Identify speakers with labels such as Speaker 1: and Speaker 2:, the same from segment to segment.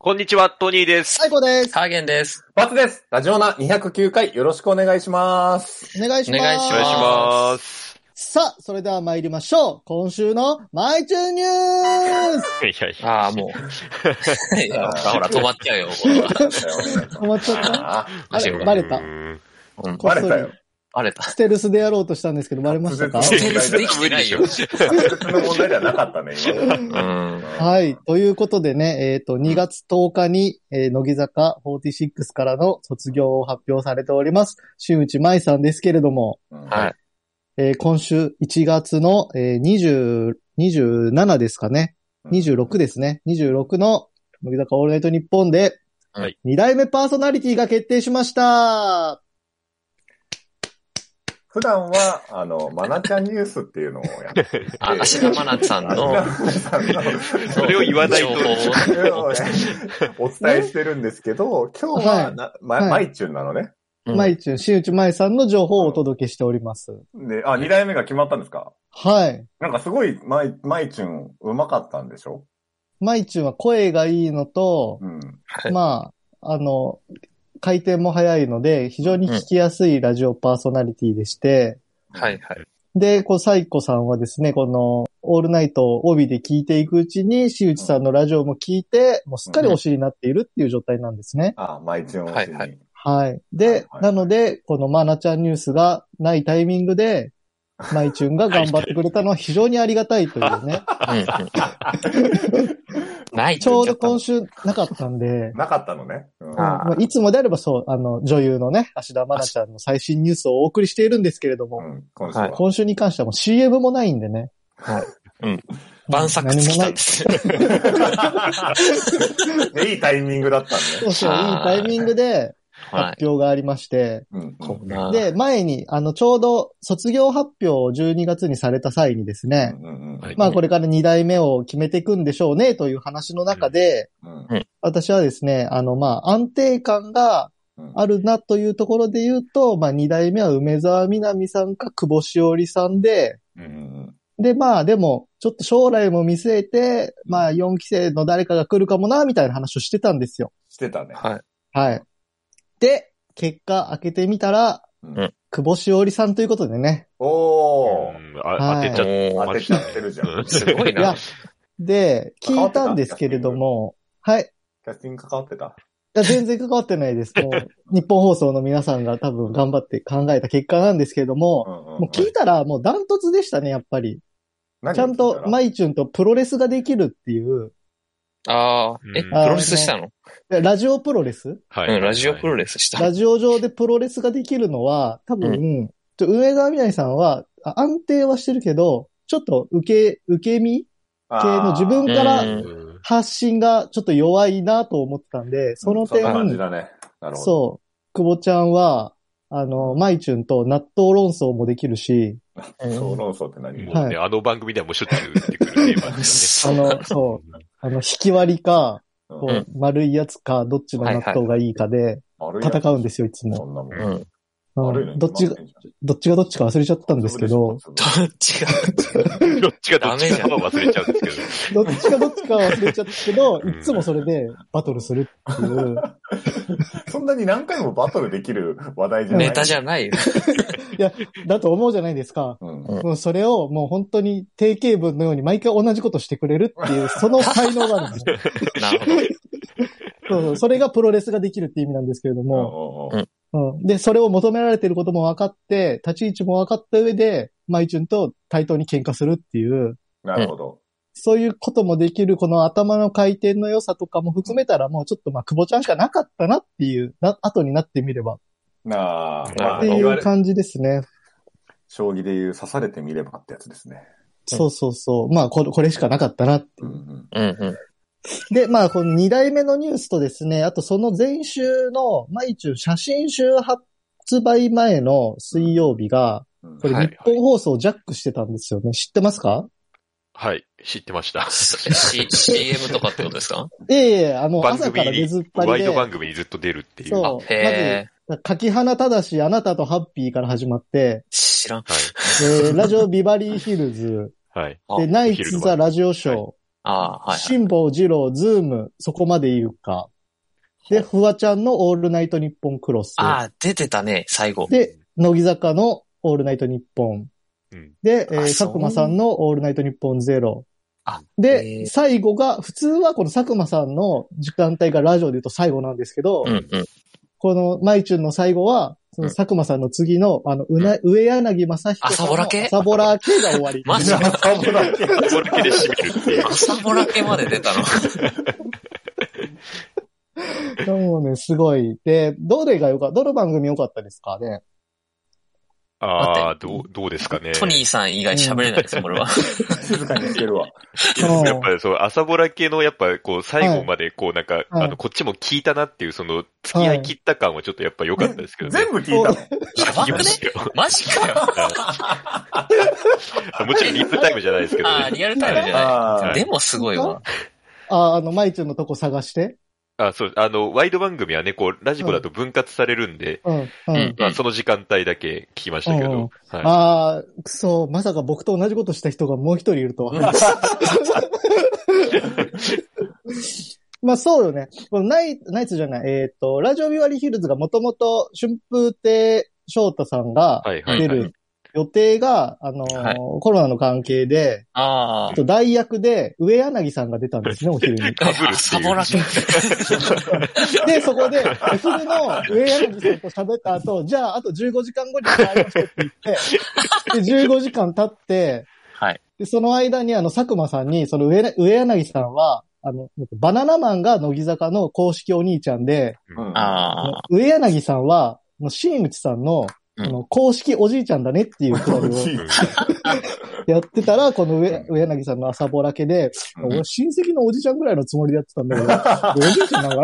Speaker 1: こんにちは、トニーです。
Speaker 2: 最高です。
Speaker 3: カーゲンです。
Speaker 4: バツです。ラジオナ209回よろしくお願いします。
Speaker 2: お願いします。
Speaker 3: お願いし
Speaker 1: お願いします。
Speaker 2: さあ、それでは参りましょう。今週のマイチューニュー ス
Speaker 1: いやいや。
Speaker 3: ああ、もう。いやほら、止まっちゃうよ。ほら
Speaker 2: 困っちゃった
Speaker 4: あ
Speaker 2: あれ、バレた
Speaker 1: う。ーん
Speaker 4: うん
Speaker 2: こっそ
Speaker 4: バレ
Speaker 2: り
Speaker 4: たよ。
Speaker 3: バレた。
Speaker 2: ステルスでやろうとしたんですけど、バレましたか
Speaker 4: 滑舌
Speaker 3: できてないよ。
Speaker 4: 滑舌の問題ではなかったね、今。
Speaker 3: うん。
Speaker 2: はい。ということでね、えっ、と、2月10日に、えー乃木坂46からの卒業を発表されております。新内舞さんですけれども、
Speaker 3: はい。
Speaker 2: えー今週1月の、えー20 27ですかね。26ですね。26の乃木坂オールナイトニッポンで、
Speaker 3: はい
Speaker 2: 2代目パーソナリティが決定しました。
Speaker 4: 普段は、あの、マナちゃんニュースっていうのをやってて、
Speaker 3: あ、芦田愛菜さんの
Speaker 1: それを言わない
Speaker 3: 情
Speaker 1: と
Speaker 3: 報
Speaker 4: それを
Speaker 3: を
Speaker 4: ね。お伝えしてるんですけど、今日はな、ま
Speaker 2: はい
Speaker 4: マイチュンなのね。
Speaker 3: うん
Speaker 2: まいちゅん、新内舞さんの情報をお届けしております。
Speaker 4: で、あ、二代目が決まったんですか
Speaker 2: はい。
Speaker 4: なんかすごい、マイ、マイチュン、うまかったんでしょ
Speaker 2: まいちゅんは声がいいのと、
Speaker 4: うん。
Speaker 3: はい
Speaker 2: まあ、あの、回転も早いので、非常に聞きやすいラジオパーソナリティでして、
Speaker 3: はいはい。
Speaker 2: で、こう、サイコさんはですね、この、オールナイトを帯で聞いていくうちに、しうちさんのラジオも聞いて、もうすっかり推しになっているっていう状態なんですね。
Speaker 4: あ、マイチュン推しに。
Speaker 3: はいは
Speaker 2: はい。
Speaker 4: はい
Speaker 2: で
Speaker 4: は、い
Speaker 2: なので、このマナちゃんニュースがないタイミングで、マイチュン が頑張ってくれたのは非常にありがたいというね。
Speaker 3: ない
Speaker 2: ちょうど今
Speaker 3: 週。
Speaker 2: 週なかったんで、
Speaker 4: なかったのね。うん
Speaker 3: あ
Speaker 2: まあいつもであればそう、あの、女優のね、芦田愛菜ちゃんの最新ニュースをお送りしているんですけれど
Speaker 4: う
Speaker 2: も、
Speaker 4: ん、今週は。
Speaker 3: はい
Speaker 2: 今週に関してはもう CM もないんでね。
Speaker 3: はい。うん
Speaker 2: うん。
Speaker 3: 晩作尽きたんですよ。
Speaker 4: でいいタイミングだったん
Speaker 2: そうそう、いい
Speaker 3: はい
Speaker 2: タイミングで
Speaker 3: は
Speaker 2: 発表がありまして、
Speaker 4: で。うん。
Speaker 3: い。こんな。
Speaker 2: で、前に、あの、ちょうど卒業発表を12月にされた際にですね、
Speaker 4: うんうんうん
Speaker 3: はい
Speaker 2: まあこれから2代目を決めていくんでしょうねという話の中で、
Speaker 4: うん
Speaker 2: 私はですね、あのまあ安定感があるなというところで言うと、まあ2代目は梅沢みなみさんか久保しおりさんで、
Speaker 4: うんうん
Speaker 2: でまあでもちょっと将来も見据えて、まあ4期生の誰かが来るかもなみたいな話をしてたんですよ。
Speaker 4: してたね。
Speaker 3: はい。
Speaker 2: はい。で、結果開けてみたら、
Speaker 4: うん
Speaker 2: 久保しおりさんということでね。
Speaker 4: お
Speaker 1: う
Speaker 4: ー。
Speaker 1: んあ当てちゃっ
Speaker 3: も
Speaker 4: 当てちゃってるじゃん。
Speaker 1: うん
Speaker 3: う、すごい
Speaker 2: いや
Speaker 3: な。、
Speaker 2: で、聞いたんですけれども、はい。
Speaker 4: キャスティング関わってた。
Speaker 2: いや、全然関わってないです。もう、日本放送の皆さんが多分頑張って考えた結果なんですけれども、もう聞いたらもうダントツでしたね、やっぱり。
Speaker 4: 何を
Speaker 2: ち
Speaker 4: 聞いた
Speaker 2: ゃんと、マイチュンとプロレスができるっていう、
Speaker 3: ああ、え、
Speaker 1: うん
Speaker 3: プロレスしたの
Speaker 2: ラジオプロレス
Speaker 1: た。は
Speaker 3: うん、ラジオプロ
Speaker 1: レ
Speaker 3: レスした。
Speaker 2: ラジオ上でプロレスができるのは、多分、ちょ上川みなりさんはあ安定はしてるけど、ちょっと受け、受け身
Speaker 4: 系
Speaker 2: 系の自分から
Speaker 3: うん
Speaker 2: 発信がちょっと弱いなと思ってたんで、その点、
Speaker 4: そんな感じだね。なるほど。
Speaker 2: そう、久保ちゃんは、あの、マイチュンと納豆論争もできるし、
Speaker 3: うん
Speaker 4: 小論争って何
Speaker 1: もうね、あの番組ではもうしょっちゅう出てくるテーマです
Speaker 2: あ
Speaker 1: よね。
Speaker 2: の、そう、あの、引き割りか、こ
Speaker 4: うん
Speaker 2: う、丸いやつか、どっちの納豆がいいかで、
Speaker 4: 悪いやつ
Speaker 2: 戦うんですよ、いつ
Speaker 4: そ
Speaker 2: も。
Speaker 4: んなもん。
Speaker 3: うん。
Speaker 2: う
Speaker 4: 悪い
Speaker 2: ん
Speaker 4: のに
Speaker 2: どっちが
Speaker 4: 決ま、てんじゃん
Speaker 2: どっちがどっちか忘れちゃったんですけど、
Speaker 4: そう
Speaker 3: ど
Speaker 4: そう
Speaker 3: っちが、
Speaker 1: どっちがどっちかは忘れちゃうんですけど。
Speaker 2: どっちがどっちか忘れちゃったけど、
Speaker 1: うん
Speaker 2: いつもそれでバトルするっていう、
Speaker 4: そんなに何回もバトルできる話題じゃない。
Speaker 3: ネタじゃ ないよ。
Speaker 2: だと思うじゃないですか。
Speaker 4: うん。
Speaker 3: うん
Speaker 2: もうそれをもう本当に定型文のように毎回同じことしてくれるっていう、その才能があるんですね。
Speaker 3: なるほど。
Speaker 2: そうそう、それがプロレスができるって意味なんですけれど
Speaker 4: うんう
Speaker 2: も、
Speaker 4: んうん
Speaker 2: うん。で、それを求められていることも分かって、立ち位置も分かった上で、マイチュンと対等に喧嘩するっていう、
Speaker 4: なるほど。
Speaker 2: そういうこともできる、この頭の回転の良さとかも含めたら、もうちょっとまあ、久保ちゃんしかなかったなっていう、な、後になってみれば。
Speaker 4: なあ、
Speaker 3: な
Speaker 2: っ
Speaker 3: あ
Speaker 2: て
Speaker 3: る
Speaker 2: い
Speaker 3: ほ
Speaker 4: 言わ
Speaker 2: う
Speaker 4: れ
Speaker 2: 感じですね。
Speaker 4: 将棋で言う刺されてみればってやつですね。
Speaker 2: そうそうそう。まあ、これ、これしかなかったな。
Speaker 4: うんうん
Speaker 3: うんう
Speaker 2: で、まあ、この2代目のニュースとですね、あとその前週の、まあ一応写真集発売前の水曜日が、
Speaker 4: うん
Speaker 2: これ
Speaker 3: はい
Speaker 2: 日本放送をジャックしてたんですよね。知ってますか
Speaker 1: はい、知ってました
Speaker 3: ん。。C、CM とかってことですか
Speaker 2: ええあの、
Speaker 1: 番
Speaker 2: 朝
Speaker 1: 組
Speaker 2: から出
Speaker 1: に
Speaker 2: ずっ、ぱり
Speaker 1: ワイ
Speaker 2: で
Speaker 1: ド。番組にずっと出るっていう。
Speaker 2: そう
Speaker 1: は
Speaker 3: あ、へえ。
Speaker 2: 柿花ただし、あなたとハッピーから始ま って、
Speaker 3: 知らん。
Speaker 2: でラジオビバリーヒルズ、
Speaker 1: い。はい。
Speaker 3: あ
Speaker 2: で、ナイツザラジオショー、
Speaker 1: は
Speaker 3: ああ、はい、はい。
Speaker 2: 辛坊二郎、ズーム、そこまで言うか。で、フワちゃんのオールナイトニッポンクロス。
Speaker 3: ああ、出てたね、最後。
Speaker 2: で、乃木坂のオールナイトニッポン。
Speaker 1: うん
Speaker 2: で、えー
Speaker 3: あそう
Speaker 2: 佐久間さんのオールナイトニッポンゼロ。
Speaker 3: あへ
Speaker 2: で、
Speaker 3: ー
Speaker 2: 最後が、普通はこの佐久間さんの時間帯がラジオで言うと最後なんですけど、
Speaker 3: うんうん。
Speaker 2: このマイチュンの最後は、その佐久間さんの次の、あの、うな、上柳正彦さんの。
Speaker 3: 朝ぼらけ
Speaker 2: 朝ぼらけが終わり。
Speaker 3: マジ
Speaker 4: 朝ぼらけ。
Speaker 1: それだけで締める っていう。
Speaker 3: 朝ぼらけまで出た の。
Speaker 2: もうね、すごい。で、どれが良かどの番組良かったですかね
Speaker 1: ああ、どう、どうですかね。
Speaker 3: トニーさん以外喋れないです、俺は。
Speaker 4: 静かにしてるわ。
Speaker 2: うん
Speaker 1: やっぱりそう、朝ぼら系の、やっぱこう、最後までこう、なんか、
Speaker 2: はい
Speaker 1: あの、こっちも聞いたなっていう、その、付き合い切った感はちょっとやっぱ良かったですけどね。
Speaker 4: 全部聞いたの
Speaker 3: やば
Speaker 1: 聞
Speaker 3: く
Speaker 1: き
Speaker 3: ね
Speaker 1: ましたよ。
Speaker 3: マジかよ。
Speaker 1: はいもちろんリップタイムじゃないですけど
Speaker 3: ああ、
Speaker 1: ね。
Speaker 3: リアルタイムじゃ
Speaker 4: あ
Speaker 3: な。
Speaker 1: はいい
Speaker 3: でもすごいわ。
Speaker 2: あ、あの、マイチュンのとこ探して。
Speaker 1: あそう、あの、ワイド番組はね、こう、ラジコだと分割されるんで、
Speaker 2: うん、う
Speaker 3: うんん。。
Speaker 1: まあ、その時間帯だけ聞きましたけ
Speaker 2: うん
Speaker 1: ど、は
Speaker 2: ああ、くそ、まさか僕と同じことした人がもう一人いるとは。まあそうよね。このナイナイツじゃない、えっ、と、ラジオビワリーヒルズがもともと春風亭昇太さんが
Speaker 1: い。はい、はい、
Speaker 2: 出
Speaker 1: はい。
Speaker 2: る予定が、あのー
Speaker 3: はい
Speaker 2: コロナの関係で、
Speaker 3: あ
Speaker 2: あと代役で上柳さんが出たんですね、お昼に。
Speaker 1: かぶるっていう
Speaker 3: あ。朝ぼらけ。
Speaker 2: で、そこで、お昼の上柳さんと喋った後、じゃああと15時間後に会いましょうって言って、で、15時間経って、
Speaker 3: はい。
Speaker 2: で、その間に、あの、佐久間さんに、その上、上柳さんは、あの、バナナマンが乃木坂の公式お兄ちゃんで、
Speaker 4: うん
Speaker 3: ああ。
Speaker 2: 上柳さんは、あの新内さんの、
Speaker 3: うん
Speaker 2: あの、公式おじいちゃんだねっていうくだりをやってたら、この上、上柳さんの朝ぼらけで、
Speaker 4: うん
Speaker 2: 俺親戚のおじちゃんぐらいのつもりでやってたんだけど、おじいちゃんなんかな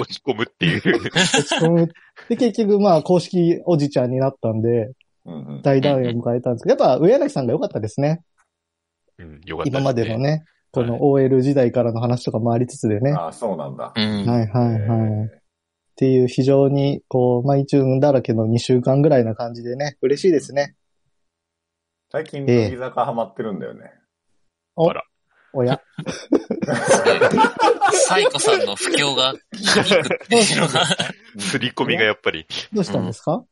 Speaker 1: 落ち込むって いう。
Speaker 2: 落ち込む。で、結局、まあ、公式おじちゃんになったんで、
Speaker 4: うんうん
Speaker 2: 大団円を迎えたんですけど、やっぱ上柳さんが良かったですね。
Speaker 1: うん、よかったすね
Speaker 2: 今までの。ね、この OL 時代からの話とかもありつつでね。
Speaker 4: ああ、そうなんだ。
Speaker 3: うん。
Speaker 2: はいはいはい。っていう非常に、こう、マイチューンだらけの2週間ぐらいな感じでね、嬉しいですね。
Speaker 4: 最近、
Speaker 2: ええ
Speaker 4: 乃木坂ハマってるんだよね。
Speaker 2: おや。
Speaker 3: サイコさんの不況が響くっていうのが。
Speaker 1: すり込みがやっぱり。
Speaker 2: どうしたんですか、
Speaker 4: ん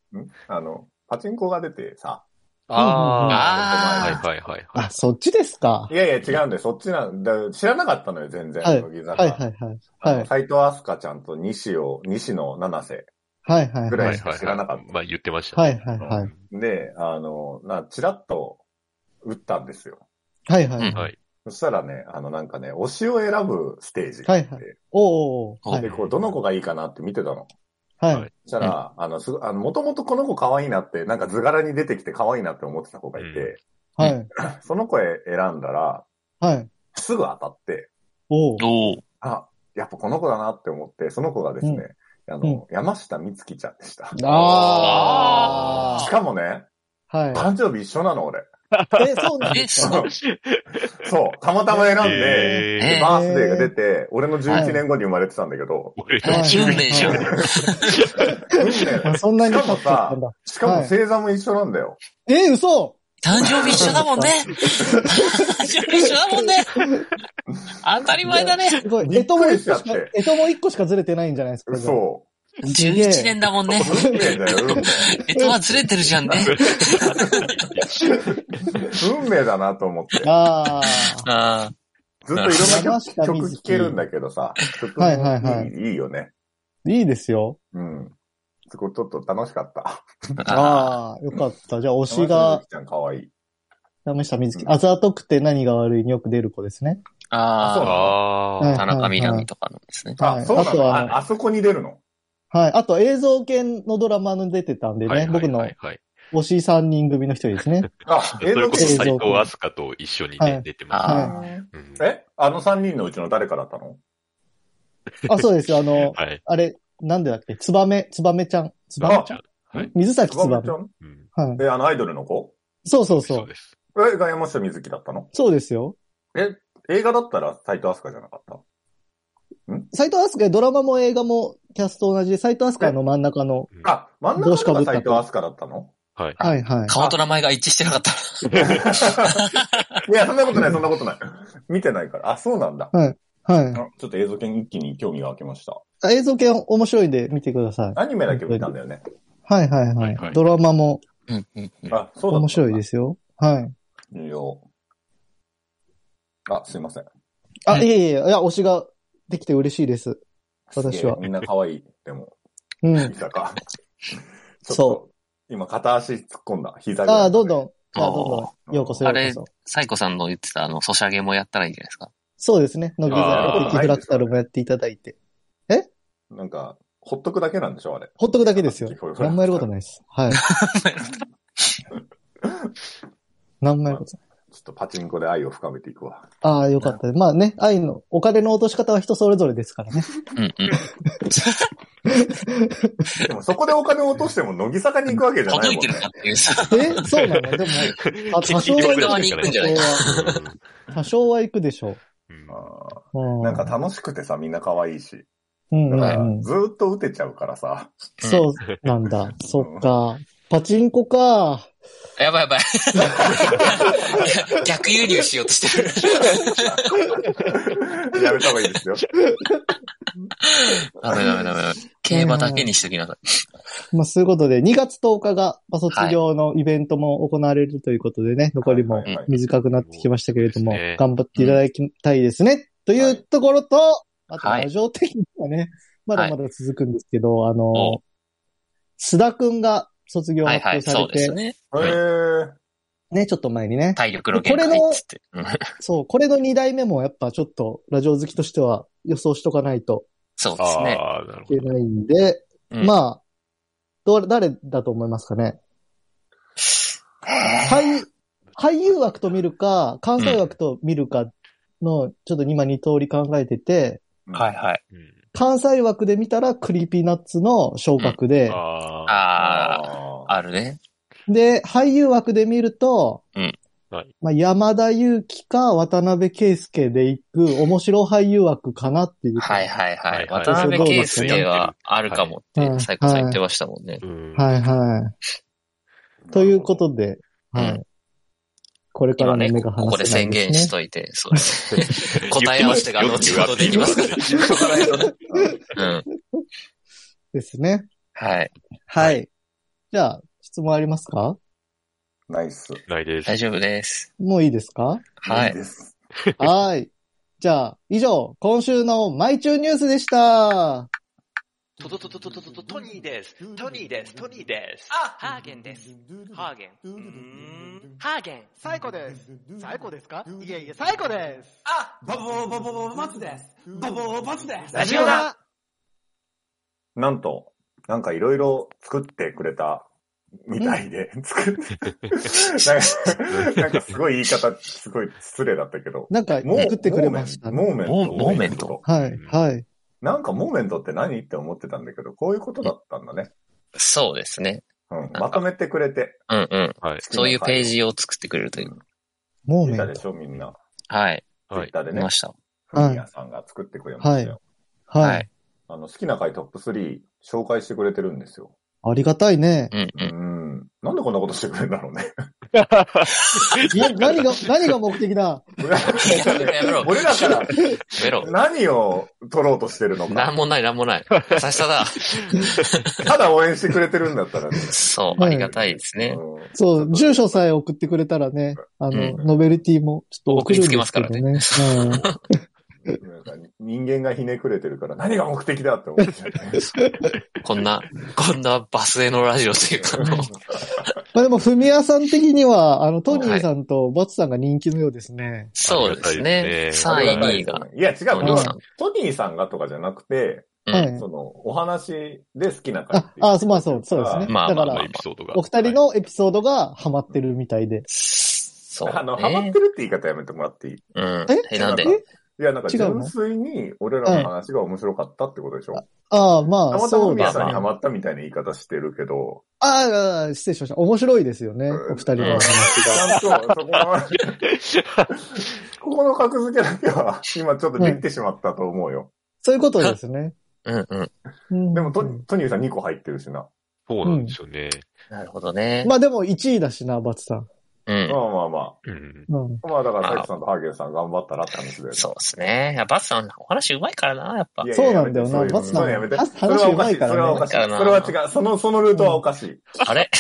Speaker 4: あの、パチンコが出てさ。
Speaker 1: あ
Speaker 3: あ
Speaker 1: あ、はい、はい、はい。
Speaker 2: あ、そっちですか。
Speaker 4: いやいや、違うんだよ。そっちなんだ。知らなかったのよ、全然。
Speaker 2: はい
Speaker 4: 乃木
Speaker 2: はい
Speaker 4: 坂。
Speaker 2: はいはい。
Speaker 4: あ
Speaker 2: は
Speaker 4: の
Speaker 2: い
Speaker 4: 斎藤飛鳥ちゃんと西を、西野七瀬
Speaker 2: はいはい
Speaker 4: ぐ
Speaker 2: はい。
Speaker 4: らいしか知らなかっ
Speaker 1: まあ言ってました
Speaker 2: は
Speaker 1: ね。
Speaker 2: いはい
Speaker 4: た。
Speaker 2: はい。
Speaker 4: で、あの、な、チラッと打ったんですよ。
Speaker 2: はいはい。
Speaker 3: うん
Speaker 1: はい。
Speaker 4: そしたらね、あのなんかね、推しを選ぶステージがあ
Speaker 2: は
Speaker 4: っ
Speaker 2: い
Speaker 4: て。
Speaker 2: はいおーおーおー
Speaker 4: で、こう、どの子がいいかなって見てたの。
Speaker 2: はい。は
Speaker 1: はいい。
Speaker 4: そしたら、あの、すごあの、もともとこの子可愛いなって、なんか図柄に出てきて可愛いなって思ってた子がいて、
Speaker 2: はい。
Speaker 4: その子へ選んだら、
Speaker 2: はい。
Speaker 4: すぐ当たって、
Speaker 2: おー
Speaker 3: おお。
Speaker 4: あ、やっぱこの子だなって思って、その子がですね、あの、山下美月ちゃんでした。
Speaker 2: あ
Speaker 4: しかもね、
Speaker 2: ー。は
Speaker 4: 誕生日一緒なの、俺。
Speaker 2: い。え、そうなんですか
Speaker 3: え
Speaker 4: そう、たまたま選んで、
Speaker 1: え
Speaker 4: で
Speaker 3: え
Speaker 4: バースデーが出て、俺の11年後に生まれてたんだけど、
Speaker 1: ー俺
Speaker 2: はい
Speaker 1: の
Speaker 3: 運命じゃん。
Speaker 4: 運
Speaker 2: あ
Speaker 4: 命
Speaker 2: そんなに
Speaker 4: しかも
Speaker 2: 経った
Speaker 4: さ
Speaker 2: んだ、
Speaker 4: しかも星座も一緒なんだよ。
Speaker 2: え、嘘
Speaker 3: 誕生日一緒だもんね。誕生日一緒だもんね。当たり前だね。
Speaker 2: すごい。
Speaker 4: び
Speaker 2: え
Speaker 4: っ
Speaker 2: とも
Speaker 4: くり
Speaker 2: 一
Speaker 4: しち
Speaker 2: 個
Speaker 4: ゃっ
Speaker 2: してか、えとも一個しかずれてないんじゃないですか。じゃあ
Speaker 4: そ
Speaker 2: すげえ
Speaker 3: 11年だもんね。
Speaker 4: う。運命だよ、運命。
Speaker 3: えとはずれてるじゃんね。
Speaker 4: 運命だなと思って。
Speaker 2: あ
Speaker 3: あ
Speaker 4: ずっといろんな
Speaker 2: 山下
Speaker 4: 曲
Speaker 2: 美
Speaker 4: 曲
Speaker 2: 月
Speaker 4: 聴けるんだけどさ、曲も
Speaker 2: はいはいはい
Speaker 4: いいよね。
Speaker 2: あ、いいですよ。
Speaker 4: うん。そこちょっと楽しかった。
Speaker 3: あ。
Speaker 2: ああ、よかった。じゃあ、推しが、
Speaker 4: 山下美月ちゃん可愛い。
Speaker 2: 山下美月
Speaker 4: う。ん
Speaker 2: あざとくて何が悪いによく出る子ですね。
Speaker 3: あ
Speaker 1: あ
Speaker 2: は
Speaker 1: あ
Speaker 2: い
Speaker 3: あ。田中みな実とかのですね。
Speaker 2: は
Speaker 4: あ、
Speaker 2: い
Speaker 4: そう
Speaker 2: あ
Speaker 4: な
Speaker 2: とは
Speaker 4: のああそこに出るの。
Speaker 2: はい。あと、映像系のドラマに出てたんで
Speaker 1: はいは
Speaker 2: ね
Speaker 1: い、
Speaker 2: 僕の
Speaker 1: はいはい
Speaker 2: 推し3人組の一人ですね。
Speaker 4: あ、
Speaker 1: それこそ
Speaker 2: 映
Speaker 1: 斎
Speaker 2: 像
Speaker 1: 藤飛鳥と一緒に
Speaker 2: は
Speaker 1: ね
Speaker 2: い
Speaker 1: 出てま
Speaker 3: あ
Speaker 2: は
Speaker 1: す。うん
Speaker 4: ええあの三人のうちの誰かだったの
Speaker 2: あ、そうですよ。あの、
Speaker 1: はい。
Speaker 2: あれ、なんでだっけツバメ、ツバメちゃん。ツバメ
Speaker 4: あ
Speaker 2: ちゃん。
Speaker 1: はい。
Speaker 2: 水崎
Speaker 4: つ
Speaker 2: つ
Speaker 4: ば
Speaker 2: ば
Speaker 4: め
Speaker 2: め
Speaker 4: ちゃ。ん
Speaker 1: うん
Speaker 2: はい。
Speaker 4: え、あのアイドルの子
Speaker 2: そうそうそ
Speaker 1: そう
Speaker 2: う。
Speaker 1: です。
Speaker 4: え、が山下美月だったの
Speaker 2: そうですよ。
Speaker 4: え、映画だったら斎藤飛鳥じゃなかった
Speaker 2: 斎藤飛鳥、ドラマも映画もキャスト同じで、斎藤飛鳥の真ん中の。
Speaker 1: うん
Speaker 4: あ、真ん
Speaker 2: 帽子
Speaker 4: 中
Speaker 2: かぶった
Speaker 4: が斎藤飛鳥だったの
Speaker 1: はい。
Speaker 2: はいはい。
Speaker 3: 顔と名前が一致してなかった。
Speaker 4: いや、そんなことない、そんなことない。見てないから。あ、そうなんだ。
Speaker 2: はい。はい
Speaker 4: あちょっと映像券一気に興味が湧きました。
Speaker 2: あ。映像系面白いんで見てください。
Speaker 4: アニメだけ見たんだよね。
Speaker 2: はいはい
Speaker 1: は
Speaker 2: はいい
Speaker 1: はい。
Speaker 2: ドラマも
Speaker 3: うんうんうん。
Speaker 4: あ、そうだったんだ。。
Speaker 2: 面白いですすよ。はい。
Speaker 4: あ、すいません。
Speaker 2: あ、
Speaker 3: ね
Speaker 2: いえいえ、いや、推しができて嬉しいです。私は
Speaker 4: すげえみんな可愛い。でも、
Speaker 2: うん。
Speaker 4: 膝か。。
Speaker 2: そう
Speaker 4: 今、片足突っ込んだ。膝
Speaker 2: ああ、どんど
Speaker 4: ん。
Speaker 2: ん。じゃあ、どんどん。ようこそ、よ
Speaker 3: あ
Speaker 2: うこ
Speaker 3: れ
Speaker 2: そ。
Speaker 3: サイコさんの言ってたあの、ソシャゲもやったらいいんじゃないですか。
Speaker 2: そうですね。乃木
Speaker 1: あー
Speaker 2: 坂的フラクタルもやっていただいて。
Speaker 4: なんか、ほっとくだけなんでしょあれ。
Speaker 2: ほっとくだけですよ
Speaker 4: 基本。
Speaker 2: 何もやることないです。 はい。何もやることない。
Speaker 4: ちょっとパチンコで愛を深めていくわ。
Speaker 2: ああ、よかった。まあね、愛の、お金の落とし方は人それぞれですからね。
Speaker 3: うんうん。
Speaker 4: でも、そこでお金を落としても、乃木坂に行くわけじゃないもん、
Speaker 3: 届いて
Speaker 4: ね。
Speaker 3: るかっていう。
Speaker 2: えそうなのでも、 あ多少
Speaker 3: 聞いて
Speaker 2: は
Speaker 3: くれた側に行くんじゃない
Speaker 2: 多少は行くでしょ
Speaker 1: うん
Speaker 4: あ
Speaker 2: う。
Speaker 4: ー
Speaker 2: う
Speaker 4: なんか、楽しくてさ、みんな可愛いし。
Speaker 2: うんう
Speaker 4: だから
Speaker 2: んうん、
Speaker 4: ずーっと打てちゃうからさ。
Speaker 2: そうなんだ。そっか。パチンコか。
Speaker 3: やばいやばい。逆輸入しようとして る。
Speaker 4: やめた方がいいですよ。
Speaker 3: ダメダメダメダメ。競馬だけにしときなさい。
Speaker 2: まあ、そういうことで、2月10日が、まあ、卒業のイベントも行われるということでね、残りも
Speaker 4: はいはい
Speaker 2: 短くなってきましたけれども、
Speaker 1: そうですね
Speaker 2: 頑張っていただきたいですね。というところと、あと、ラジオ的にはね、まだまだ続くんですけど、あの
Speaker 3: お、
Speaker 2: 須田くんが卒業
Speaker 3: はい
Speaker 2: 発
Speaker 3: は
Speaker 2: 表
Speaker 3: い、
Speaker 2: さ
Speaker 3: そ
Speaker 2: れ
Speaker 3: うで
Speaker 2: て、
Speaker 3: すね。
Speaker 4: へー。
Speaker 2: ね、ちょっと前にね、
Speaker 3: 体力の限界っつって。うん
Speaker 2: そう、これの2代目もやっぱちょっと、ラジオ好きとしては予想しとかないと
Speaker 3: そうですね。
Speaker 1: ああ、なるほ
Speaker 2: いけ
Speaker 1: ど。
Speaker 2: ないんで、
Speaker 3: うん
Speaker 2: まあ、どう、誰だと思いますかね。俳俳優枠と見るか、関西枠と見るかの、ちょっと今2通り考えてて、
Speaker 3: はいはい。
Speaker 1: うん
Speaker 2: 関西枠で見たらクリーピーナッツの昇格で、
Speaker 1: あ
Speaker 3: あ
Speaker 4: あ
Speaker 3: あ、あるね。
Speaker 2: で、俳優枠で見ると、
Speaker 3: うん
Speaker 1: はい
Speaker 2: まあ、山田裕貴か渡辺圭介で行く面白俳優枠かなっていう。
Speaker 3: はいはいは
Speaker 1: はい
Speaker 3: い。
Speaker 1: はい
Speaker 3: 渡辺圭介はあるかもっ
Speaker 2: はい
Speaker 3: て、最後さん言ってましたもんね。
Speaker 1: ーうん。
Speaker 2: はいは
Speaker 4: ー
Speaker 2: い。ということで、はい。
Speaker 3: う
Speaker 2: これから
Speaker 3: 今
Speaker 2: の
Speaker 3: ね、
Speaker 2: 目
Speaker 3: こ
Speaker 2: が
Speaker 3: こ
Speaker 2: 離せ
Speaker 3: こで
Speaker 2: ない
Speaker 3: 宣
Speaker 2: ですね。
Speaker 3: 言しといて、そうですね。 答え合わせが
Speaker 1: よく
Speaker 3: 後
Speaker 1: 言わ
Speaker 3: ほどできますから。 うん。
Speaker 2: ですね。
Speaker 3: はい。
Speaker 2: はい。じゃあ、質問ありますか
Speaker 4: ナイス。
Speaker 1: ないです。
Speaker 3: 大丈夫です。
Speaker 2: もういいです か
Speaker 3: はい
Speaker 4: い。です。
Speaker 2: はい。じゃあ、以上、今週のマイチューニュースでした。
Speaker 5: トトトトトトトトトニーです。トニーです。トニーです。
Speaker 6: あ、ハーゲンです。。ハーゲン。うーんハーゲン。
Speaker 7: 最高です。最高ですかいえいえ、最高です。
Speaker 6: あ、バボーバボーバツです。バボーバツです。
Speaker 7: ラジオだ
Speaker 4: なんと、なんかいろいろ作ってくれたみたいで、作って、なんか、なんかすごい言い方、すごい失礼だったけど。
Speaker 2: なんか、
Speaker 4: もう
Speaker 2: 作ってくれましたね。
Speaker 4: モーメント。
Speaker 3: モーメント
Speaker 2: はい、はい。
Speaker 4: なんかモーメントって何って思ってたんだけど、こういうことだったんだね。
Speaker 3: そうですね。
Speaker 4: うん。まとめてくれて。
Speaker 3: うんうん。
Speaker 1: はい。
Speaker 3: そういうページを作ってくれるという。
Speaker 2: モーメ
Speaker 4: 見た
Speaker 2: ン
Speaker 4: で
Speaker 2: ト。
Speaker 4: しょ、みんな。
Speaker 3: はい。
Speaker 4: ツイ
Speaker 1: はい
Speaker 4: ッ。ターで
Speaker 3: 見
Speaker 4: ね
Speaker 3: ま、した。
Speaker 4: フミヤさんが作ってくれましたよ。
Speaker 3: は
Speaker 2: はい
Speaker 3: い。。
Speaker 4: あの、好きな回トップ3紹介してくれてるんですよ。
Speaker 2: ありがたいね。
Speaker 3: うん
Speaker 4: う
Speaker 3: うん。
Speaker 4: ん。なんでこんなことしてくれるんだろうね。
Speaker 2: な何が、何が目的だ
Speaker 3: や めろやめろ
Speaker 4: 俺らから
Speaker 3: ベロ。
Speaker 4: 何を取ろうとしてるの
Speaker 3: な
Speaker 4: か
Speaker 3: ん。もないなんもない。優しさだ。
Speaker 4: ただ応援してくれてるんだったらね。
Speaker 3: そう、 ありがたいですね。
Speaker 4: うん
Speaker 2: そう、住所さえ送ってくれたらね、あの、
Speaker 3: う
Speaker 2: ノベルティもちょっと送るんですけど
Speaker 3: 送
Speaker 2: ね。
Speaker 3: り
Speaker 2: うん
Speaker 4: なんか人間がひねくれてるから何が目的だって思っちゃ うね。
Speaker 3: こんな、こんなバスへのラジオっていうか、あの
Speaker 2: まあでも、ふみやさん的には、あの、トニーさんとバツさんが人気のようですね。
Speaker 3: そうですね。
Speaker 1: あり
Speaker 3: 3
Speaker 1: が
Speaker 3: 位、
Speaker 1: た
Speaker 3: 2位が。。
Speaker 4: いや、違う。
Speaker 3: トニーさん
Speaker 4: トニーさんがとかじゃなくて、
Speaker 3: うん
Speaker 2: はい。
Speaker 4: その、お話で好きな回
Speaker 2: あ
Speaker 4: ってい、う
Speaker 2: あ、そうまあそう、そうですね。
Speaker 3: まあ
Speaker 2: だか
Speaker 3: まあま
Speaker 2: ら
Speaker 3: あ、
Speaker 1: エピソードが。
Speaker 2: お二人
Speaker 1: はい、
Speaker 2: のエピソードがハマってるみたいで。
Speaker 3: そう、ね。
Speaker 4: あの、ハマってるって言い方やめてもらっていい
Speaker 3: うん。
Speaker 2: え
Speaker 3: え、なんで
Speaker 4: 違ういや、なんか
Speaker 2: 違うの
Speaker 4: 純粋に俺らの話が面白かったってことでしょ、
Speaker 2: ああ、まあ、
Speaker 4: たまたま
Speaker 2: そう
Speaker 4: 宮
Speaker 2: で
Speaker 4: さ
Speaker 2: す
Speaker 4: ん
Speaker 2: ね
Speaker 4: に。ハマったみたいな言い方してるけど、
Speaker 2: ああ、失礼しました。面白いですよね、
Speaker 4: うん
Speaker 2: お二人
Speaker 4: ち
Speaker 2: は。
Speaker 4: ゃん と、そこの、ここの格付けだけは、今ちょっとできてしまったと思うよ。
Speaker 2: そういうことですね。
Speaker 3: うんうん。
Speaker 2: うん
Speaker 4: でもト、トニーさん2個入ってるしな。
Speaker 1: そうなんですよね。
Speaker 3: なるほどね。
Speaker 2: まあでも1位だしな、バツさん。
Speaker 3: うん。
Speaker 4: まあまあま
Speaker 1: うん。
Speaker 2: うん。
Speaker 4: あ。まあだか
Speaker 3: まあ
Speaker 4: ら、サイクさんとハーゲンさん頑張ったなって話で。
Speaker 3: そうですね。いやバツさん、お話うまいからな、やっぱ
Speaker 4: い。やいや
Speaker 2: そうなんだよな
Speaker 4: やめて
Speaker 2: バツさん
Speaker 4: そういうのやめて
Speaker 2: 話
Speaker 4: それはおかしい。
Speaker 2: 話
Speaker 4: それはおか
Speaker 3: 上手い
Speaker 4: しい。
Speaker 3: からね
Speaker 4: それは違う。その、そのルートはおかしい。
Speaker 3: あれ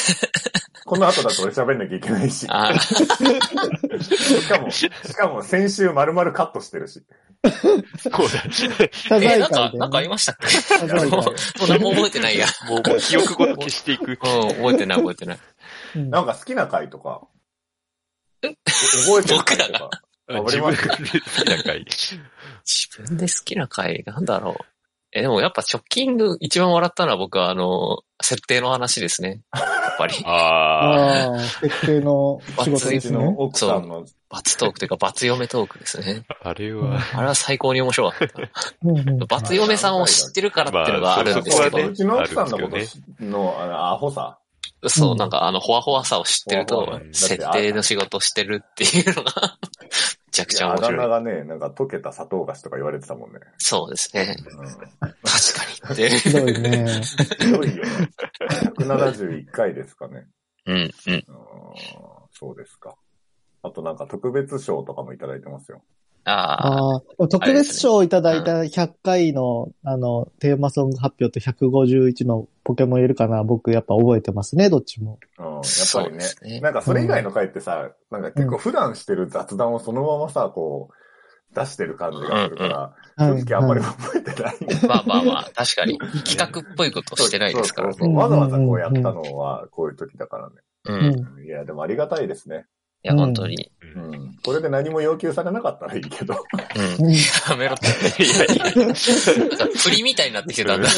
Speaker 4: この後だと俺喋んなきゃいけないし。
Speaker 3: あー
Speaker 4: しかも、しかも先週丸々カットしてるし。
Speaker 1: そうだ。
Speaker 2: 謝
Speaker 3: え、
Speaker 2: 罪
Speaker 3: なんか
Speaker 2: 会、で、
Speaker 3: なんかありましたっけ
Speaker 2: 謝罪
Speaker 3: もう
Speaker 2: 会。
Speaker 3: もう何も覚えてないや。
Speaker 1: もう記憶ごと消していく。
Speaker 3: うん、覚えてない覚えてない。
Speaker 2: うん
Speaker 4: なんか好きな回とか。覚えてる回と
Speaker 3: 僕ら
Speaker 4: か。
Speaker 1: あ自分で好きな回。。
Speaker 3: 自分で好きな回、なんだろう。え、でもやっぱ直近の一番笑ったのは僕はあの、設定の話ですね。やっぱり
Speaker 1: ああ。
Speaker 2: ああ、設定の仕事
Speaker 4: う
Speaker 2: で
Speaker 4: ち
Speaker 2: す
Speaker 4: の
Speaker 2: ね。
Speaker 4: 奥さんの、
Speaker 3: 罰トークというか、罰嫁トークですね。
Speaker 1: あれは。
Speaker 3: あれは最高に面白かった。
Speaker 2: うんうん
Speaker 3: 罰嫁さんを知ってるからっていうのがあるんですけ
Speaker 1: まあ
Speaker 3: ど
Speaker 4: う、ちの奥さん
Speaker 1: あ
Speaker 4: のこと
Speaker 1: るんで
Speaker 4: の、あの、アホさ。
Speaker 3: そう、なんかあの、ほわほわさを知ってる
Speaker 4: ほわほ
Speaker 3: と
Speaker 4: わね、
Speaker 3: 設定の仕事をしてるっていうのが、めちゃく
Speaker 4: い
Speaker 3: ちゃ
Speaker 4: やあ
Speaker 3: 面
Speaker 4: だ名
Speaker 3: 白い。
Speaker 4: がね、なんか溶けた砂糖菓子とか言われてたもんね。
Speaker 3: そうですね。
Speaker 4: う
Speaker 3: 確かにって。
Speaker 2: ひどいね。
Speaker 4: ん。ひ どいよね。171回ですかね。
Speaker 3: うん、うん。
Speaker 4: うんそうですか。あとなんか特別賞とかもいただいてますよ。
Speaker 3: ああ、
Speaker 2: ああ、特別賞をいただいた100回の、あの、テーマソング発表と151のポケモンいるかな、僕やっぱ覚えてますね、どっちも。
Speaker 4: うん、やっぱ
Speaker 3: そう
Speaker 4: り
Speaker 3: で
Speaker 4: ね
Speaker 3: すね
Speaker 4: なんかそれ以外の回ってさ、なんか結構普段してる雑談をそのままさ、こう、出してる感じがするから、
Speaker 2: はい
Speaker 4: 正直あんまり
Speaker 2: はい
Speaker 4: 覚えてない。
Speaker 3: まあまあまあ、確かに。企画っぽいことしてないですから
Speaker 4: そうそう
Speaker 3: ね。
Speaker 4: そうわざわざこうやったのは、こういう時だからね。
Speaker 3: うん。い
Speaker 4: いや、でもありがたいですね。
Speaker 3: や、本当に。
Speaker 1: う
Speaker 4: うんん。これで何も要求されなかったらいいけど。
Speaker 3: うん。
Speaker 2: うん
Speaker 3: やめろって。
Speaker 1: いやいや
Speaker 3: なんか振りみたいになってきてたんだ。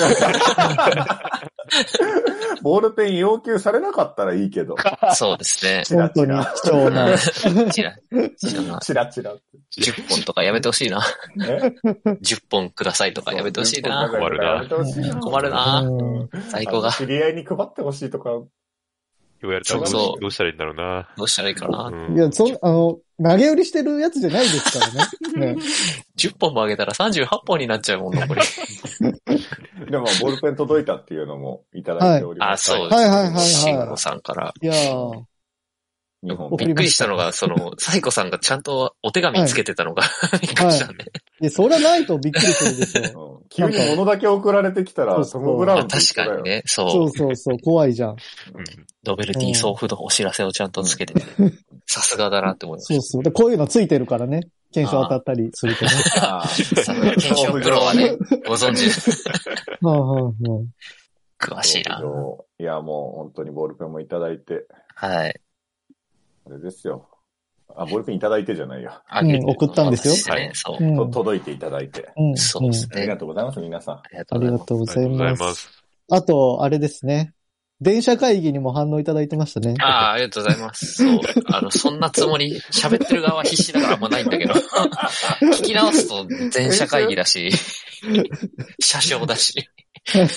Speaker 4: ボールペン要求されなかったらいい けど。
Speaker 3: そうですね。
Speaker 4: チラ
Speaker 2: 本
Speaker 4: チ
Speaker 2: 当に
Speaker 4: ラ。
Speaker 2: 貴重な。
Speaker 3: 知らん。知らん。
Speaker 4: チラチラって。
Speaker 3: 10本とかやめてほしいな。
Speaker 4: ね
Speaker 3: 10本ください とかやめてほしいな。
Speaker 1: 困るな
Speaker 4: やめてほしいな。
Speaker 3: 困るな
Speaker 4: うん。
Speaker 3: 在庫が
Speaker 4: あの。知り合いに配ってほしいとか、
Speaker 1: 言われたらどうし
Speaker 3: そうそう
Speaker 1: どうしたらいいんだろうな。
Speaker 3: どうしたらいいか
Speaker 1: う
Speaker 3: な。
Speaker 1: ん
Speaker 2: いや、そん、あの、投げ売りしてるやつじゃないですからね。ね
Speaker 3: 10本もあげたら38本になっちゃうもん、残り。
Speaker 4: でも、ボールペン届いたっていうのもいただいており
Speaker 3: あ、
Speaker 4: ます。
Speaker 3: そう
Speaker 4: う。
Speaker 3: です。
Speaker 2: はいはいはいはい
Speaker 3: 慎吾さんから。
Speaker 2: いやー
Speaker 4: 日本
Speaker 2: 送
Speaker 3: び
Speaker 2: り
Speaker 3: っ
Speaker 2: ま
Speaker 3: くり
Speaker 2: し
Speaker 3: したたのが、その、サイコさんがちゃんとお手紙つけてたのが、びっくりしたね。
Speaker 2: いや、そりゃないとびっくりするでし ょ。
Speaker 4: うん急に物だけ送られてきた
Speaker 2: そ
Speaker 4: ら、
Speaker 2: うそ
Speaker 4: ト
Speaker 2: う
Speaker 4: ム・ブラウン
Speaker 3: 確
Speaker 4: と一緒だ
Speaker 3: か
Speaker 4: よ
Speaker 3: に。ね、
Speaker 2: そ
Speaker 3: そう
Speaker 2: う。そうそう、怖いじゃん。
Speaker 1: うん
Speaker 3: ノベルティ送付のお知らせをちゃんとつけてて、さすがだなって思いま
Speaker 2: そう
Speaker 3: し
Speaker 2: そう。で、こういうのついてるからね。検証当たったりす るとね。
Speaker 4: あー
Speaker 3: た。さすが検証プロはね、ご存知、
Speaker 2: はいはいはい
Speaker 3: 詳しいな。
Speaker 4: いや、もう本当にボールペンもいただいて、
Speaker 3: はい。
Speaker 4: あれですよ。あ、ボールペンいただいてじゃないよ。
Speaker 3: あげてる
Speaker 2: うん送ったんですよ
Speaker 3: そうね
Speaker 4: はい
Speaker 3: そう
Speaker 2: う。ん。
Speaker 4: と届いていただいて。
Speaker 2: うん。
Speaker 3: そうです
Speaker 4: ありが
Speaker 3: ね。
Speaker 4: とうございます、皆さ
Speaker 3: ありが
Speaker 2: う
Speaker 3: と
Speaker 2: ん。あ
Speaker 3: うござ
Speaker 2: り
Speaker 3: い
Speaker 2: が
Speaker 3: ます。
Speaker 1: ありがとうございますす。
Speaker 2: とうございま。あと、あれですね。電車会議にも反応いただいてましたね。
Speaker 3: ああ、ありがとうございます。そう。あの、そんなつもり、喋ってる側は必死だからあんまないんだけど、 聞き直すと全社会議だし、車掌だし。
Speaker 4: ん。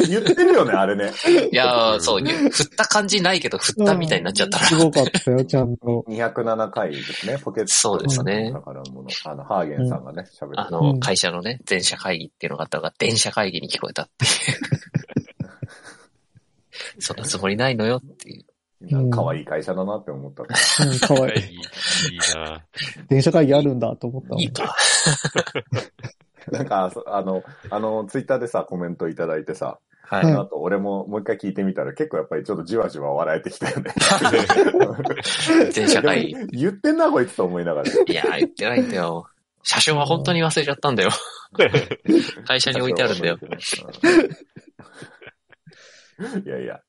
Speaker 4: 言ってるよね、あれね。
Speaker 3: いやー、そう、振った感じないけど、振ったみたいになっちゃったら。
Speaker 2: すごかったよ、ちゃんと。
Speaker 4: 207回ですね、ポケット。
Speaker 3: そうですね
Speaker 4: 宝物。あの、ハーゲンさんがね、喋
Speaker 3: あ
Speaker 4: って
Speaker 2: う
Speaker 3: の、
Speaker 2: ん
Speaker 3: 会社のね、全社会議っていうのがあったのが、電車会議に聞こえたっていう。 そんなつもりないのよっていう。
Speaker 4: みんな可愛い会社だなって思った。
Speaker 2: うん、かわいい。
Speaker 1: いいな。
Speaker 2: 電車会議あるんだと思ったもん
Speaker 3: いいか。
Speaker 4: なんか、そあの、あの、ツイッターでさ、コメントいただいてさ、
Speaker 3: は
Speaker 2: う
Speaker 3: い。
Speaker 2: ん
Speaker 4: あと俺ももう一回聞いてみたら結構やっぱりちょっとじわじわ笑えてきたよね。
Speaker 3: 全社会議。
Speaker 4: 言ってんな、こいつと思いながら。
Speaker 3: いやー、言ってないんだよ。車掌は本当に忘れちゃったんだよ。会社に置いてあるんだよ。
Speaker 4: うん。 いやいや、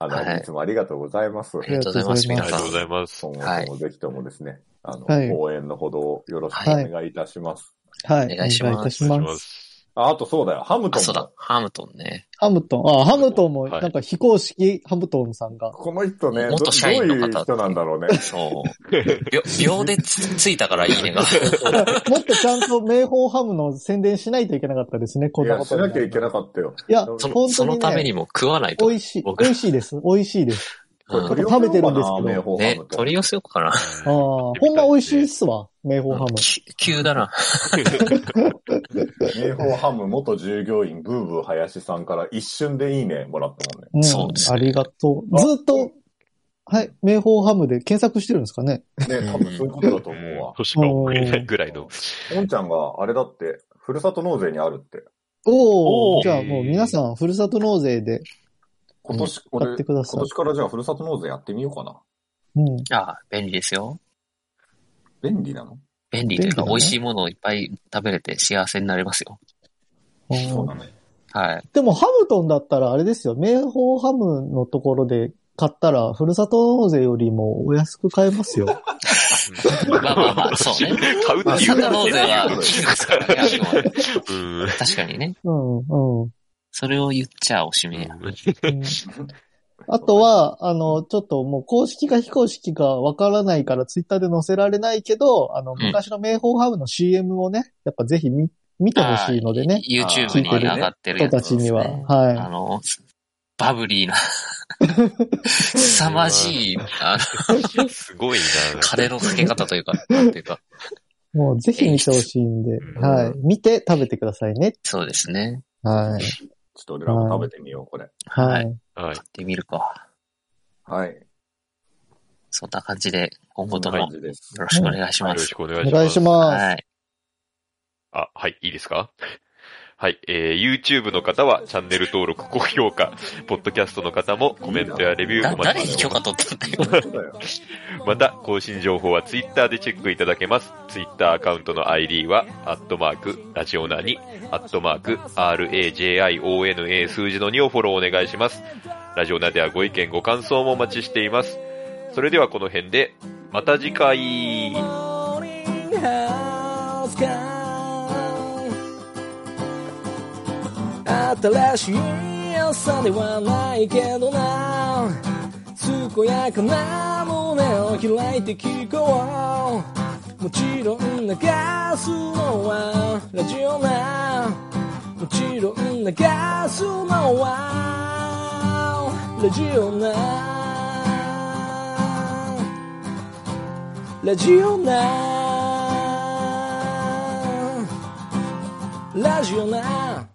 Speaker 4: あの、
Speaker 3: はい
Speaker 4: い、つもありがとうございます。
Speaker 3: ありがとうございます、
Speaker 1: あ
Speaker 3: 皆
Speaker 1: り
Speaker 3: さ
Speaker 1: がと
Speaker 3: ん
Speaker 1: うご。ざいます。
Speaker 4: 今
Speaker 3: はい
Speaker 4: 後ともぜひともですね、あの、
Speaker 2: はい
Speaker 4: 応援のほどをよろしくお
Speaker 2: はい
Speaker 4: 願いいたします。
Speaker 2: はい。
Speaker 3: お願いします
Speaker 2: お願いいたし
Speaker 1: お願
Speaker 2: ま。
Speaker 1: いしますす。
Speaker 4: あ、あとそうだよ、ハムト
Speaker 3: あ、
Speaker 4: ン
Speaker 3: そうだ
Speaker 4: も。。
Speaker 3: ハムトンね。
Speaker 2: ハムトン。あ、ハムトンも、
Speaker 1: はい
Speaker 2: なんか非公式ハムトンさんが。
Speaker 4: この人ね、ど
Speaker 3: 元
Speaker 4: ど
Speaker 3: 社
Speaker 4: う
Speaker 3: 員の
Speaker 4: い
Speaker 3: 方
Speaker 4: う人なんだろうね。
Speaker 3: そう。秒秒でつついたからい いねが。
Speaker 2: もっとちゃんと名宝ハムの宣伝しないといけなかったですね、こ
Speaker 4: い
Speaker 2: んな
Speaker 4: や、
Speaker 2: こ
Speaker 4: し
Speaker 2: とに
Speaker 4: なきゃいけなかったよ。
Speaker 2: いや、
Speaker 4: そ
Speaker 3: そ
Speaker 2: 本当に
Speaker 3: の
Speaker 2: ね
Speaker 3: そのためにも食わないと。
Speaker 2: 美味しい。
Speaker 3: 僕
Speaker 2: 美味しいです。美味しいです。
Speaker 3: うん
Speaker 2: これ食べてるんですけど
Speaker 4: 明宝ハ
Speaker 3: ね
Speaker 4: ム、トン
Speaker 3: 取り寄せようかな。
Speaker 2: ああ、ほんま美味しいっすわ、名宝ハム。
Speaker 3: 急急だな。
Speaker 4: 明宝ハム元従業員、ブーブー林さんから一瞬でいいねもらったもんね。
Speaker 2: うん、
Speaker 3: そうですね
Speaker 2: ありがとう。ずっと、はい。名宝ハムで検索してるんですかね。
Speaker 4: ね、多分そういうことだと思うわ
Speaker 1: もう、。としか送れないぐらいの。
Speaker 4: おんちゃんがあれだって、ふるさと納税にあるって。
Speaker 2: お
Speaker 1: お
Speaker 2: お
Speaker 1: ー
Speaker 2: じゃあもう皆さん、ふるさと納税で、
Speaker 4: 今年、
Speaker 2: ん買
Speaker 4: 俺、
Speaker 2: ってく
Speaker 4: 今
Speaker 2: ださい
Speaker 4: 年からじゃあふるさと納税やってみようかな。
Speaker 2: うん。
Speaker 3: ああ、便利ですよ。
Speaker 4: 便利なの
Speaker 3: 便利と
Speaker 2: 便利
Speaker 3: いうか、
Speaker 2: だね
Speaker 3: 美味しいものをいっぱい食べれて幸せになれますよ。
Speaker 4: そうなのよ
Speaker 3: はい。
Speaker 2: でもハムトンだったらあれですよ。名宝ハムのところで買ったら、ふるさと納税よりもお安く買えますよ。
Speaker 3: まあまあまあ、そうね。
Speaker 1: 買うって
Speaker 3: ふる
Speaker 1: い
Speaker 3: さ
Speaker 1: う
Speaker 3: と納税は
Speaker 1: う、ん
Speaker 3: 寄付ですからね、あくまで
Speaker 1: うん。
Speaker 3: 確かにね。
Speaker 2: うん、うん。
Speaker 3: それを言っちゃおしめや。
Speaker 2: うんあとは、あの、ちょっともう公式か非公式かわからないからツイッターで載せられないけど、あの、
Speaker 3: ん
Speaker 2: 昔の名宝ハムの CM をね、やっぱぜひ見、見てほしいのでね、
Speaker 3: ああ YouTube に上がってる
Speaker 2: 人
Speaker 3: やつ
Speaker 2: た
Speaker 3: です
Speaker 2: ち
Speaker 3: ね。
Speaker 2: には。
Speaker 3: あ
Speaker 2: は
Speaker 3: の、バブリーな、凄まじい、あ
Speaker 1: すごい
Speaker 3: の、
Speaker 1: な。
Speaker 3: 金の付け方というか、なんていうか、
Speaker 2: い。もうぜひ見てほしいんで、
Speaker 1: うん
Speaker 2: はい。見て食べてくださいね。
Speaker 3: そうですね。
Speaker 2: はい。
Speaker 4: ちょっと俺らも食べてみよう、これ。
Speaker 2: は。
Speaker 3: はい
Speaker 1: はい
Speaker 3: 買。ってみるか。
Speaker 4: はい。
Speaker 3: そんな感じで、今後
Speaker 4: そ
Speaker 3: と
Speaker 4: ん
Speaker 3: も
Speaker 4: な
Speaker 3: よ
Speaker 4: 感じです。
Speaker 3: ろしくお願いし
Speaker 1: よ
Speaker 3: ま
Speaker 1: ろし
Speaker 3: す。
Speaker 1: くお願い
Speaker 2: お
Speaker 1: しま
Speaker 2: 願
Speaker 1: す。
Speaker 2: いします。
Speaker 3: はい。
Speaker 1: あ、はい、いいですかはい、えー、YouTube の方はチャンネル登録、高評価、ポッドキャストの方もコメントやレビュー
Speaker 3: だ
Speaker 1: お待
Speaker 3: 誰
Speaker 1: ち
Speaker 3: に
Speaker 1: して
Speaker 3: 許
Speaker 1: おり
Speaker 3: 可
Speaker 1: ま
Speaker 3: 取ったんだよ。
Speaker 4: そうだよ。
Speaker 1: す。 また、更新情報は Twitter でチェックいただけます。Twitter アカウントの ID は、アットマーク、ラジオナに、アットマーク、RAJIONA 数字の2をフォローお願いします。ラジオナではご意見、ご感想もお待ちしています。それではこの辺で、また次回。
Speaker 8: 新しい朝ではないけどな健やかな胸を開いて聞こうもちろん流すのはラジオなもちろん流すのはラジオなラジオなラジオな